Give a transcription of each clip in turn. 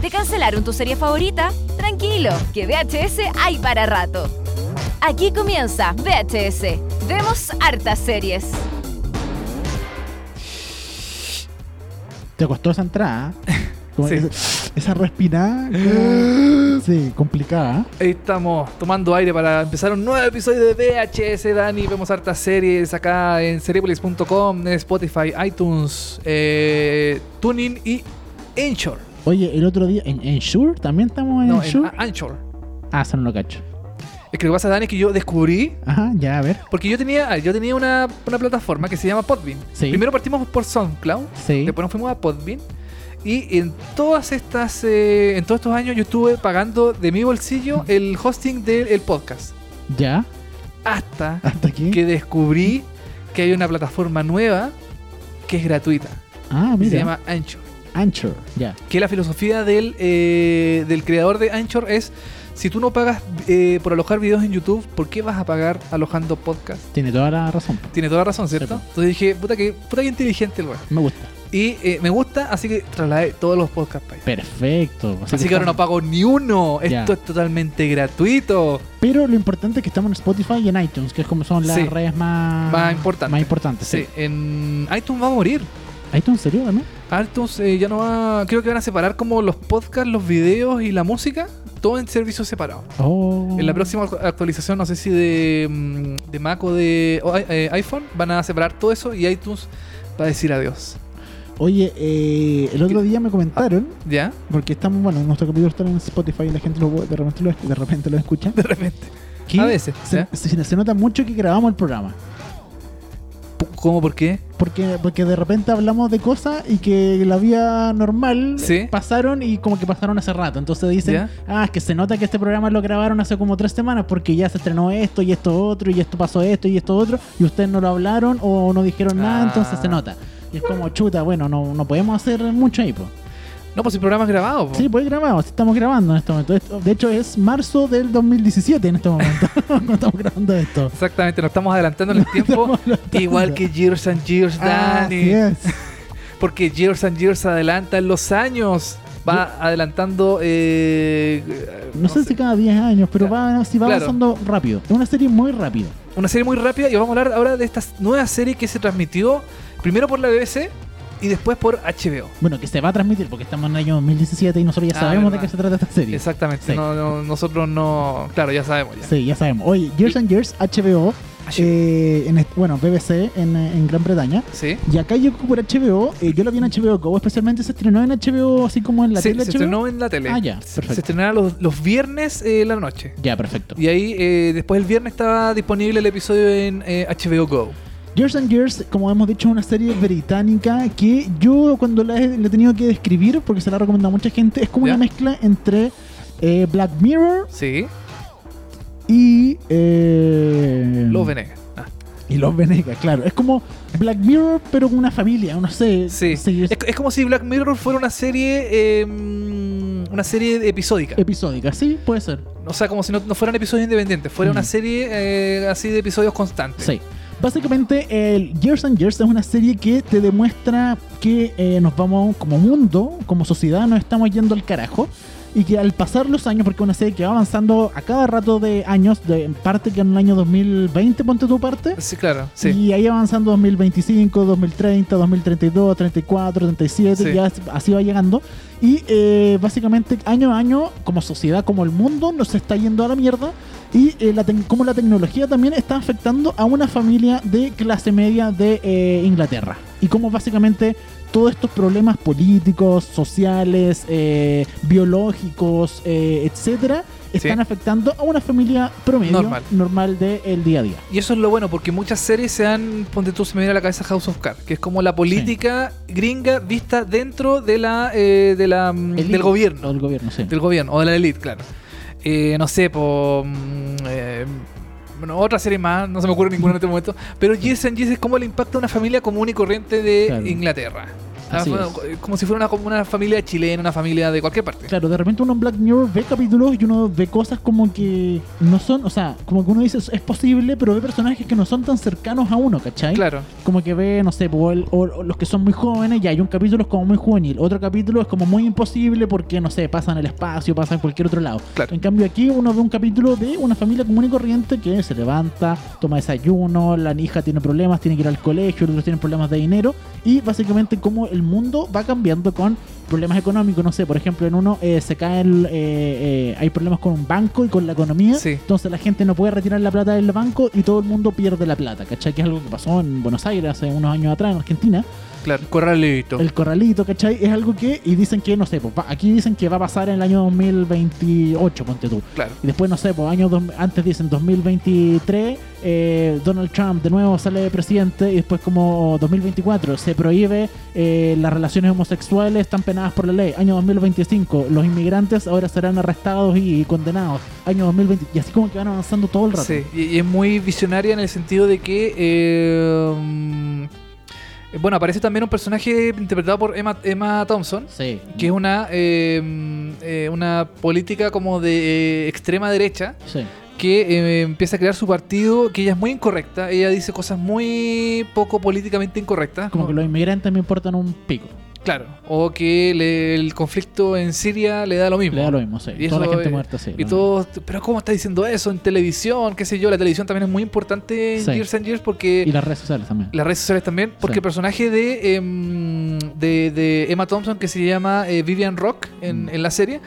¿Te cancelaron tu serie favorita? Tranquilo, que VHS hay para rato. Aquí comienza VHS. Vemos hartas series. Te costó esa entrada. ¿eh? Como Sí. esa, esa respirada. como- sí, complicada. Ahí estamos tomando aire para empezar un nuevo episodio de VHS, Dani. Vemos hartas series acá en seriepolis.com, en Spotify, iTunes, eh, Tuning y Anchor. Oye, el otro día en Ensure, también estamos en No, en Ensure. A- Anchor. ah, eso no lo cacho. Es que lo que pasa, Dani, es que yo descubrí, Ajá, ya, a ver. porque yo tenía, yo tenía una, una plataforma que se llama Podbean. Sí. Primero partimos por SoundCloud, Sí. después nos fuimos a Podbean. Y en todas estas, eh, en todos estos años yo estuve pagando de mi bolsillo el hosting del el podcast. Ya, Hasta hasta aquí. que descubrí que hay una plataforma nueva que es gratuita, Ah, que mira. se llama Anchor. Anchor. Ya. Que la filosofía del, eh, del creador de Anchor es, si tú no pagas eh, por alojar videos en YouTube, ¿por qué vas a pagar alojando podcast? Tiene toda la razón. Tiene toda razón, ¿cierto? Sí, po. Entonces dije, puta que, puta que inteligente el weón. Me gusta. Y eh, me gusta, así que trasladé todos los podcasts para allá. Perfecto. Así, que ahora no estamos- pago ni uno. Ya. Esto es totalmente gratuito. Pero lo importante es que estamos en Spotify y en iTunes, que es como son las Sí. redes más, Más importantes. Más importantes, Sí, sí. en iTunes va a morir. ¿iTunes en serio también? iTunes eh, ya no va. Creo que van a separar como los podcasts, los videos y la música. Todo en servicios separados. Oh. En la próxima acu- actualización, no sé si de, mm, de Mac o de o i- eh, iPhone, van a separar todo eso y iTunes va a decir adiós. Oye, eh, el otro día me comentaron, ¿Ya? porque estamos, bueno, nuestro capítulo está en Spotify y la gente lo, puede- de, repente lo, de repente lo escucha. De repente. que A veces, ¿eh? Se, ¿ya? se- se nota mucho que grabamos el programa. P- ¿Cómo? ¿Por qué? Porque, porque de repente hablamos de cosas y que la vía normal Sí. pasaron y como que pasaron hace rato. Entonces dicen, Ya. ah, es que se nota que este programa lo grabaron hace como tres semanas porque ya se estrenó esto y esto otro y esto pasó esto y esto otro y ustedes no lo hablaron o no dijeron nada, Ah. entonces se nota. Y es como, chuta, bueno, no, no podemos hacer mucho ahí, po. No, pues el programa es grabado. po. Sí, pues grabamos, estamos grabando en este momento. Esto- De hecho, es marzo del 2017 en este momento. cuando estamos grabando esto. Exactamente, nos estamos adelantando en el tiempo. Estamos Ah, hablando- Igual que Years and Years, Dani. Así es. Porque Years and Years adelanta en los años. Va adelantando. eh, eh, No, sé, si cada 10 años, pero va, si va Claro. avanzando rápido. Es una serie muy rápida. Una serie muy rápida y vamos a hablar ahora de esta nueva serie que se transmitió primero por la BBC y después por HBO. Bueno, que se va a transmitir porque estamos en el año 2017 y nosotros ya Ah, sabemos verdad. de qué se trata esta serie. Exactamente. Sí. No, no, nosotros no. Claro, ya sabemos. Ya. Sí, ya sabemos. Oye, Years and Years, HBO, eh, en est- bueno, BBC en, eh, en Gran Bretaña. Sí. Y acá llegó por HBO, eh, yo la vi en HBO Go, especialmente se estrenó en HBO, así como en la se, tele se HBO. estrenó en la tele. Ah, ya, Se- perfecto. Se estrenaba los, los viernes eh, en la noche. Ya, perfecto. Y ahí, eh, después el viernes estaba disponible el episodio en eh, HBO Go. Years and Years, como hemos dicho, es una serie británica que yo cuando la he, la he tenido que describir, porque se la ha recomendado a mucha gente, es como Ya. una mezcla entre eh, Black Mirror Sí. y... Eh, Los Venegas. Ah. Y los Venegas, claro. Es como Black Mirror, pero con una familia, no sé. Sí. sí, es Es, es como si Black Mirror fuera una serie. eh, una serie episódica. episódica, sí, puede ser. O sea, como si no, no fueran episodios independientes, fuera Mm. una serie eh, así de episodios constantes. Sí. Básicamente, el Years and Years es una serie que te demuestra que eh, nos vamos, como mundo, como sociedad, nos estamos yendo al carajo. Y que al pasar los años, porque es una serie que va avanzando a cada rato de años, de parte que en el año 2020, ponte tu parte, Sí, claro, sí. Y ahí avanzando 2025, 2030, 2032, 34, 37, Sí. ya as- así va llegando. Y eh, básicamente año a año, como sociedad, como el mundo, nos está yendo a la mierda. Y eh, la tec- como la tecnología también está afectando a una familia de clase media de eh, Inglaterra. Y como básicamente todos estos problemas políticos, sociales, eh, biológicos, eh, etcétera, están afectando a una familia promedio Normal. normal, del día a día. Y eso es lo bueno, porque muchas series se han, ponte tú, se me viene a la cabeza House of Cards, que es como la política gringa vista dentro de la, eh, de la mm, Elite. del O gobierno. Del gobierno, sí. Del gobierno, o de la elite, claro. Eh, no sé, por... bueno, otra serie más, no se me ocurre ninguna en este momento. Pero Yes and Yes es como el impacto de una familia común y corriente de Claro. Inglaterra. Ah, Así fue- es. Como si fuera una, como una familia chilena, una familia de cualquier parte. Claro, de repente uno en Black Mirror ve capítulos y uno ve cosas como que no son, o sea, como que uno dice es posible, pero ve personajes que no son tan cercanos a uno, ¿cachai? Claro. Como que ve, no sé, po, el- o- o los que son muy jóvenes y hay un capítulo es como muy juvenil, otro capítulo es como muy imposible porque, no sé, pasan el espacio, pasan cualquier otro lado. Claro. En cambio aquí uno ve un capítulo de una familia común y corriente que se levanta, toma desayuno, la hija tiene problemas, tiene que ir al colegio, los otros tienen problemas de dinero y básicamente cómo el mundo va cambiando con problemas económicos, no sé, por ejemplo en uno eh, se cae, el, eh, eh, hay problemas con un banco y con la economía, Sí. entonces la gente no puede retirar la plata del banco y todo el mundo pierde la plata, ¿cachai? Que es algo que pasó en Buenos Aires hace unos años atrás, en Argentina. Claro. Corralito. El corralito, ¿cachai? Es algo que, y dicen que, no sé, pues, va- aquí dicen que va a pasar en el año 2028, ponte tú. Claro. Y después, no sé, pues años dos- antes dicen 2023, eh, Donald Trump de nuevo sale presidente y después como 2024 se prohíbe eh, las relaciones homosexuales, están penadas por la ley. Año 2025, los inmigrantes ahora serán arrestados y condenados. Año 2020, y así como que van avanzando todo el rato. Sí, y, y es muy visionaria en el sentido de que. eh, mm, bueno, aparece también un personaje interpretado por Emma, Emma Thompson, Sí. que es una, eh, mm, eh, una política como de eh, extrema derecha Sí. que eh, empieza a crear su partido, que ella es muy incorrecta, ella dice cosas muy poco políticamente incorrectas. Como ¿no? que los inmigrantes me importan un pico. Claro, o que le- el conflicto en Siria le da lo mismo. Le da lo mismo, sí. Y Toda la eso, gente eh, muerta, sí. Y lo todos, pero ¿cómo está diciendo eso en televisión? ¿Qué sé yo? La televisión también es muy importante en Sí. Years and Years mismo. Y porque las redes sociales también. las redes sociales también, porque Sí. el personaje de, em, de, de Emma Thompson que se llama eh, Vivian Rock en, Mm. en la serie,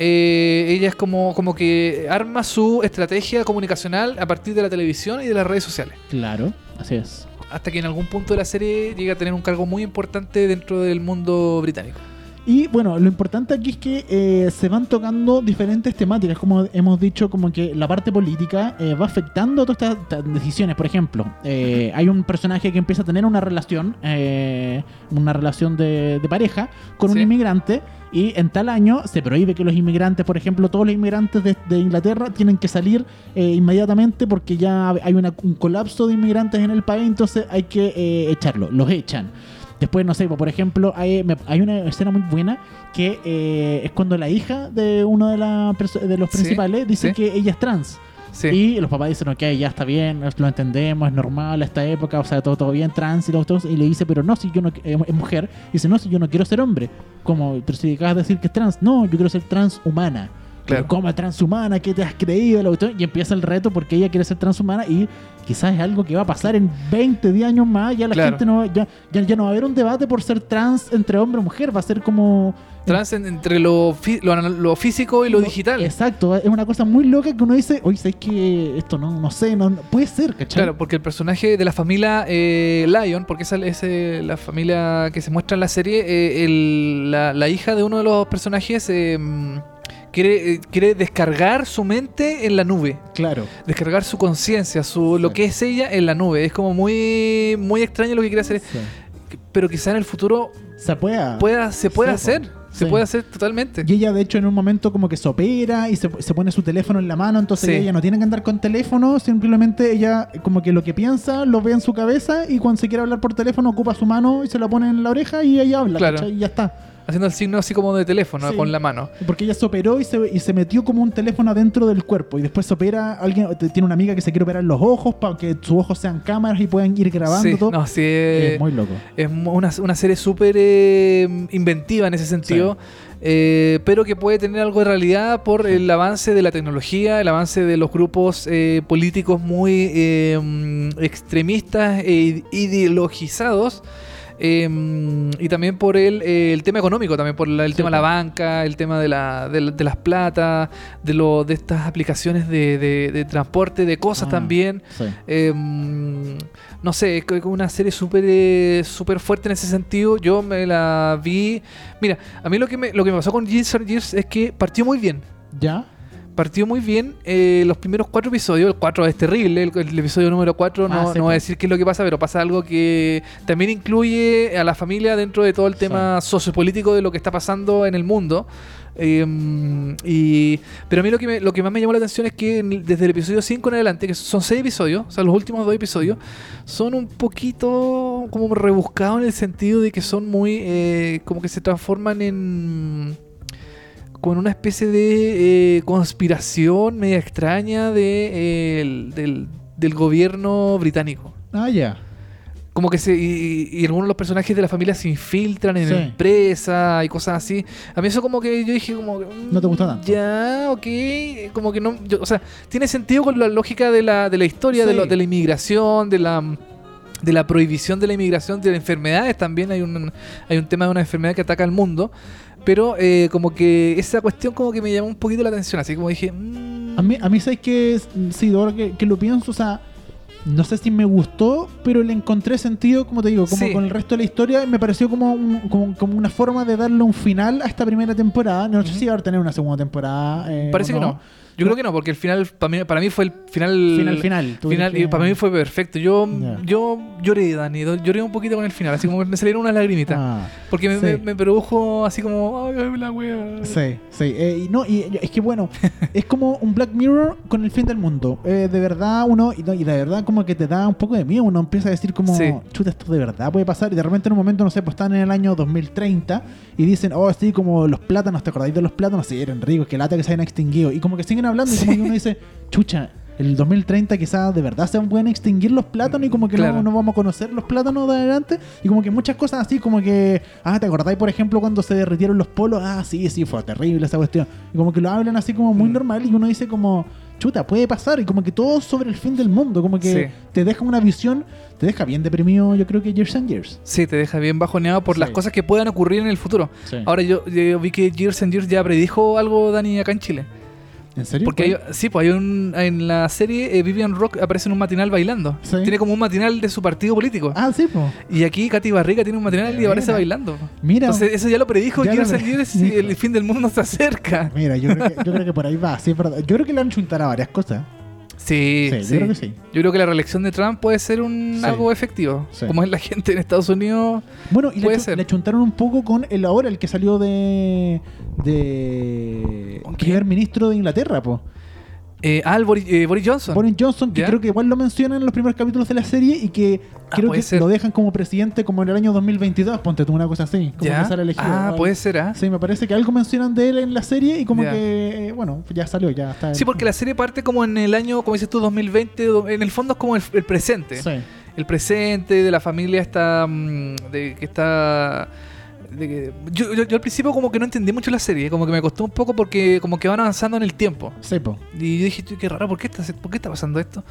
eh, ella es como, como que arma su estrategia comunicacional a partir de la televisión y de las redes sociales. Claro, así es. Hasta que en algún punto de la serie llega a tener un cargo muy importante dentro del mundo británico. Y bueno, lo importante aquí es que eh, se van tocando diferentes temáticas, como hemos dicho, como que la parte política eh, va afectando a todas estas estas decisiones. Por ejemplo, eh, hay un personaje que empieza a tener una relación, eh, una relación de, de pareja con un Sí. inmigrante y en tal año se prohíbe que los inmigrantes, por ejemplo, todos los inmigrantes de, de Inglaterra tienen que salir eh, inmediatamente porque ya hay una- un colapso de inmigrantes en el país, entonces hay que eh, echarlo, los echan. Después, no sé, por ejemplo, hay, me- hay una escena muy buena que eh, es cuando la hija de uno de, la perso- de los Sí, principales dice sí. que ella es trans. Sí. Y los papás dicen, ok, ya está bien, lo entendemos, es normal a esta época, o sea, todo, todo bien, trans y los otros. Y le dice, pero no, si yo no, eh, es mujer. Y dice, no, si yo no quiero ser hombre. Como, pero si acabas de decir que es trans, no, yo quiero ser transhumana. Claro. Pero ¿Cómo transhumana? ¿Qué te has creído? La cuestión? Y empieza el reto porque ella quiere ser transhumana y quizás es algo que va a pasar en 20, 10 años más. Ya la Claro. gente no va, ya, ya, ya no va a haber un debate por ser trans entre hombre y mujer. Va a ser como... Trans en- entre lo, fi- lo, anal- lo físico y lo digital. Exacto. Es una cosa muy loca que uno dice, oye, ¿sabes que Esto no, no sé, no, no- puede ser, ¿cachai? Claro, porque el personaje de la familia eh, Lion, porque esa es eh, la familia que se muestra en la serie, eh, el- la, la hija de uno de los personajes eh, mm, quiere, eh, quiere descargar su mente en la nube, Claro. descargar su conciencia, su lo Sí. que es ella en la nube. Es como muy, muy extraño lo que quiere hacer, pero quizá en el futuro Se puede. pueda, se pueda Sí, hacer, se sí. puede hacer totalmente. Y ella, de hecho, en un momento como que se opera y se, se pone su teléfono en la mano, entonces Sí. ella no tiene que andar con teléfono, simplemente ella como que lo que piensa lo ve en su cabeza y cuando se quiere hablar por teléfono ocupa su mano y se la pone en la oreja y ella habla, Claro. ¿cachai? Y ya está. Haciendo el signo así como de teléfono Sí. con la mano. Porque ella se operó y se, y se metió como un teléfono adentro del cuerpo y después se opera, alguien tiene una amiga que se quiere operar los ojos para que sus ojos sean cámaras y puedan ir grabando Sí, todo. no, sí, es eh, muy loco. Es mu- una, una serie súper eh, inventiva en ese sentido, eh, pero que puede tener algo de realidad por el avance de la tecnología, el avance de los grupos eh, políticos muy eh, mm, extremistas e ideologizados. eh, y también por el, eh, el tema económico, también por la- el Sí, tema de la pues. banca, el tema de, la, de, la- de las platas, de, lo, de estas aplicaciones de, de- de transporte, de cosas Ah. también. Sí. Eh, mm, no sé, es como una serie súper eh, súper fuerte en ese sentido. Yo me la vi. Mira, a mí lo que me, lo que me pasó con Years and Years es que partió muy bien. ¿Ya? Partió muy bien eh, los primeros cuatro episodios. El cuatro es terrible. El, el episodio número cuatro Ah, no, sí, no voy a pues. decir qué es lo que pasa, pero pasa algo que también incluye a la familia dentro de todo el tema sociopolítico de lo que está pasando en el mundo. Eh, mm, y, pero a mí lo que, me- lo que más me llamó la atención es que en- desde el episodio 5 en adelante, que son seis episodios, o sea, los últimos dos episodios, son un poquito poco como rebuscado en el sentido de que son muy. eh, como que se transforman en. con una especie de eh, conspiración media extraña de, eh, el- del, del gobierno británico. Ah, ya. Como que se, y, y- y algunos de los personajes de la familia se infiltran en Sí. empresas y cosas así. A mí eso como que yo dije como... No te gusta nada tanto. Ya, ok. Como que no... yo- o sea, tiene sentido con la lógica de la, de la historia, de, Sí. lo- de la inmigración, de la... De la prohibición de la inmigración, de las enfermedades también. Hay un, hay un tema de una enfermedad que ataca al mundo. Pero eh, como que esa cuestión como que me llamó un poquito la atención. Así como dije... mm, A mí, a mí ¿sabes que es, sí, de ahora que, que lo pienso, o sea, no sé si me gustó, pero le encontré sentido, como te digo, como Sí. con el resto de la historia, me pareció como, un- como, como una forma de darle un final a esta primera temporada. No sé Ujú. si va a tener una segunda temporada. eh, parece o que no. Yo creo que no, porque el final para mí, para mí fue el final... Final, final. Tú final, dijiste- y para mí fue perfecto. Yo, Ya. yo lloré, Dani, do- lloré un poquito con el final, así como me salieron unas lagrimitas. Ah, porque me, sí. me- me produjo así como, ay, la wea. sí, sí. Eh, y no, y, y es que bueno, es como un Black Mirror con el fin del mundo. Eh, de verdad, uno, y, no, y de verdad, como que te da un poco de miedo. Uno empieza a decir, como, Sí. chuta, esto de verdad puede pasar. Y de repente, en un momento, no sé, pues están en el año 2030 y dicen, oh, sí, como los plátanos, ¿te acordáis de los plátanos? Sí, eran ricos, que lata que se hayan extinguido. Y como que siguen hablando, y como que uno dice, chucha. El 2030 quizás de verdad se pueden extinguir los plátanos y como que Claro. no, no vamos a conocer los plátanos de adelante. Y como que muchas cosas así, como que, ah, ¿te acordáis, por ejemplo, cuando se derritieron los polos? Ah, sí, sí, fue terrible esa cuestión. Y como que lo hablan así como muy Mm. normal y uno dice como, chuta, puede pasar. Y como que todo sobre el fin del mundo, como que Sí. te deja una visión, te deja bien deprimido, yo creo que Years and Years. Sí, te deja bien bajoneado por las Sí. cosas que puedan ocurrir en el futuro. Ahora yo, yo vi que Years and Years ya predijo algo, Dani, acá en Chile. ¿En serio? Porque hay, sí, pues hay un, en la serie eh, Vivian Rock aparece en un matinal bailando. Sí. Tiene como un matinal de su partido político. Ah, sí, pues. Y aquí Katy Barriga tiene un matinal y Mira. aparece bailando. Mira. Entonces eso ya lo predijo Ya lo Years and predijo. Years y el fin del mundo se acerca. Mira, yo creo, que, yo creo que por ahí va, sí, es verdad. Yo creo que le han chuntado a varias cosas. Sí, Sí, yo sí. creo que sí. Yo creo que la reelección de Trump puede ser un Sí. algo efectivo. Sí. Como es la gente en Estados Unidos. Bueno, y le, Puede chu- ser. le chuntaron un poco con el ahora, el que salió de. de. ¿Con quién? primer ministro de Inglaterra, po. Eh, ah, el Boris, eh, Boris Johnson. Boris Johnson, que ¿Ya? creo que igual lo mencionan en los primeros capítulos de la serie y que Ah, creo puede que ser. lo dejan como presidente como en el año 2022, ponte tú una cosa así, como ¿Ya? que sale elegido. Ah, Algo. puede ser, ¿ah? Sí, me parece que algo mencionan de él en la serie y como Ya. que, eh, bueno, ya salió, ya está. Sí, porque la serie parte como en el año, como dices tú, 2020. do- En el fondo es como el, el presente. Sí. El presente de la familia está. mm, de que está. de que- yo, yo- yo al principio como que no entendí mucho la serie, como que me costó un poco porque como que van avanzando en el tiempo. Sí, po. Y yo dije, "Chuy, qué raro, ¿por qué, está, ¿por qué está pasando esto?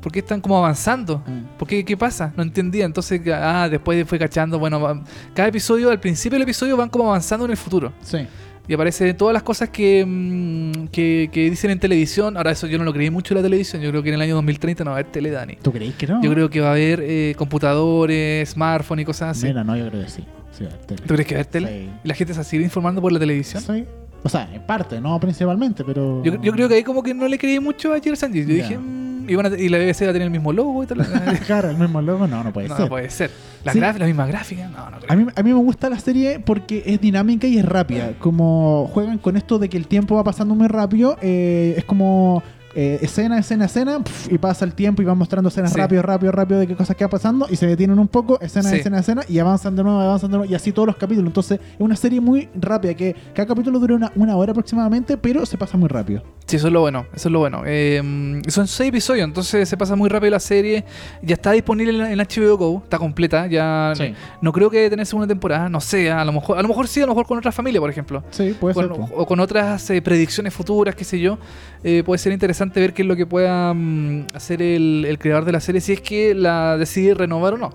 ¿Por qué están como avanzando? Ah. ¿Por qué, ¿Qué pasa? No entendía. Entonces, ah, después fue cachando. Bueno, va- cada episodio, al principio del episodio, van como avanzando en el futuro. Sí. Y aparecen todas las cosas que, mm, que, que dicen en televisión. Ahora, eso yo no lo creí mucho en la televisión. Yo creo que en el año 2030 no va a haber tele, Dani. ¿Tú crees que no? Yo creo que va a haber eh, computadores, smartphone y cosas así. Mira, no, yo creo que sí. Sí, va a haber tele. ¿Tú crees que va a haber tele? Sí. ¿Y la gente se sigue informando por la televisión? Sí. O sea, en parte, no principalmente, pero. Yo, yo creo que ahí como que no le creí mucho a Gears and Gears. Yo Ya. dije, mm, y, van a- y la BBC va a tener el mismo logo y tal. Claro, el mismo logo, no, no puede no, ser. no puede ser. La, Sí. graf- la misma gráfica, no, no creo. A mí, a mí me gusta la serie porque es dinámica y es rápida. Como juegan con esto de que el tiempo va pasando muy rápido, eh, es como eh, escena, escena, escena, pf, y pasa el tiempo y van mostrando escenas Sí. rápido, rápido, rápido de qué cosas queda pasando y se detienen un poco, escena, Sí. escena, escena, y avanzan de nuevo, avanzan de nuevo, y así todos los capítulos. Entonces es una serie muy rápida que cada capítulo dura una, una hora aproximadamente, pero se pasa muy rápido. Sí, eso es lo bueno, eso es lo bueno. Eh, son seis episodios, entonces se pasa muy rápido la serie. Ya está disponible en, en HBO Go, está completa, ya Sí. no creo que tener segunda temporada, no sé, a lo mejor, a lo mejor sí, a lo mejor con otra familia, por ejemplo. Sí, puede Con- ser. po. o con otras eh, predicciones futuras, qué sé yo. Eh, puede ser interesante ver qué es lo que pueda mm, hacer el, el creador de la serie, si es que la decide renovar o no.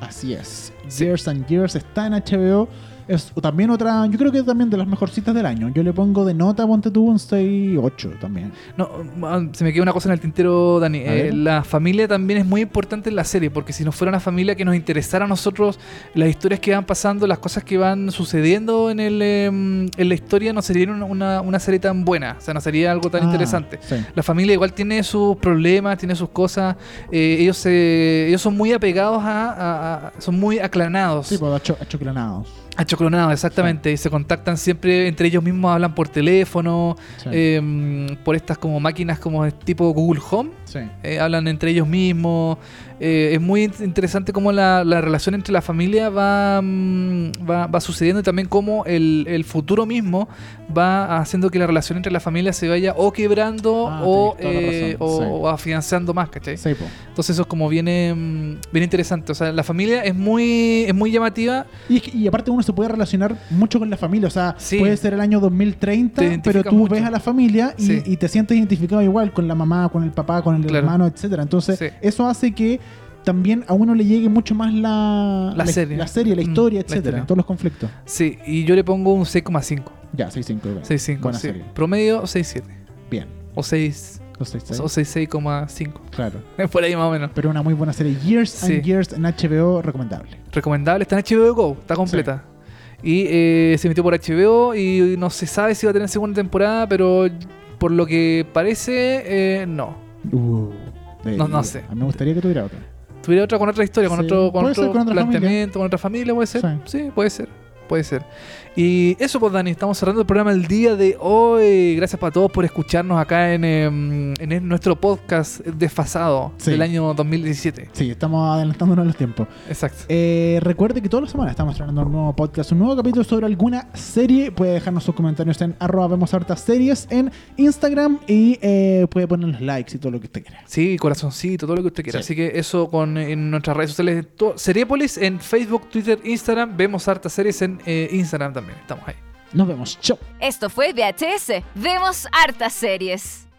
Así es. Sí. Years and Years está en HBO. Es también otra, yo creo que es también de las mejorcitas del año. Yo le pongo de nota, ponte tú un 6-8 también. No, ah, se me queda una cosa en el tintero, Dani. A Eh, ver. la familia también es muy importante en la serie, porque si no fuera una familia que nos interesara a nosotros, las historias que van pasando, las cosas que van sucediendo en, el, eh, en la historia, no sería una, una- una serie tan buena, o sea, no sería algo tan Ah, interesante. sí. La familia igual tiene sus problemas, tiene sus cosas. eh, ellos se, ellos son muy apegados a, a- a- son muy aclanados, Sí, pues acho- achoclonados. achoclonados, exactamente. Y se contactan siempre entre ellos mismos, hablan por teléfono, Sí. em, eh, por estas como máquinas como de tipo Google Home. Sí. eh, hablan entre ellos mismos, eh, es muy in- interesante cómo la, la relación entre la familia va, mm, va, va sucediendo y también cómo el, el futuro mismo va haciendo que la relación entre la familia se vaya o quebrando Ah, o, tenés toda la eh, razón, o- sí. o afianzando más, ¿cachai? Sí, pues. po. Entonces eso es como viene mm, bien interesante. O sea, la familia es muy, es muy llamativa. Y, es que- y aparte uno se puede relacionar mucho con la familia, o sea, Sí. puede ser el año Te 2030, identificas pero tú mucho. ves a la familia y, Sí. y te sientes identificado igual con la mamá, con el papá, con el Claro. hermano, etcétera. Entonces, Sí. eso hace que también a uno le llegue mucho más la, La serie. la, serie, la Mm, historia, la etcétera, historia. todos los conflictos. Sí, y yo le pongo un 6,5. Ya, 6.5. 6,5. Buena sí. serie. Promedio 6,7. Bien. O 6. Los seis, seis. O 6,6,5. Claro. Por ahí más o menos. Pero una muy buena serie. Years Sí. and Years en HBO, recomendable. Recomendable. Está en HBO Go. Está completa. Y eh, se emitió por HBO y no se sabe si va a tener segunda temporada, pero por lo que parece, eh, no. Uh, eh, No- no eh, sé. A mí me gustaría que tuviera otra. Tuviera otra con otra historia, con Sí. otro, con Puede ser otro con otra planteamiento, con otra familia, puede ser. Sí. puede ser. Puede ser. Y eso pues Dani, estamos cerrando el programa el día de hoy. Gracias para todos por escucharnos acá en, eh, en el- nuestro podcast desfasado Sí. del año 2017. Sí, estamos adelantándonos los tiempos. Exacto. Eh, recuerde que todas las semanas estamos estrenando un nuevo podcast, un nuevo capítulo sobre alguna serie. Puede dejarnos sus comentarios en arroba vemos hartas series en Instagram y eh, puede ponernos likes y todo lo que usted quiera. Sí, corazoncito, todo lo que usted quiera. Sí. Así que eso con en nuestras redes sociales. to- Seriepolis en Facebook, Twitter, Instagram. Vemos hartas series en eh, Instagram también. Estamos ahí. Nos vemos. Chao. Esto fue VHS. Vemos hartas series.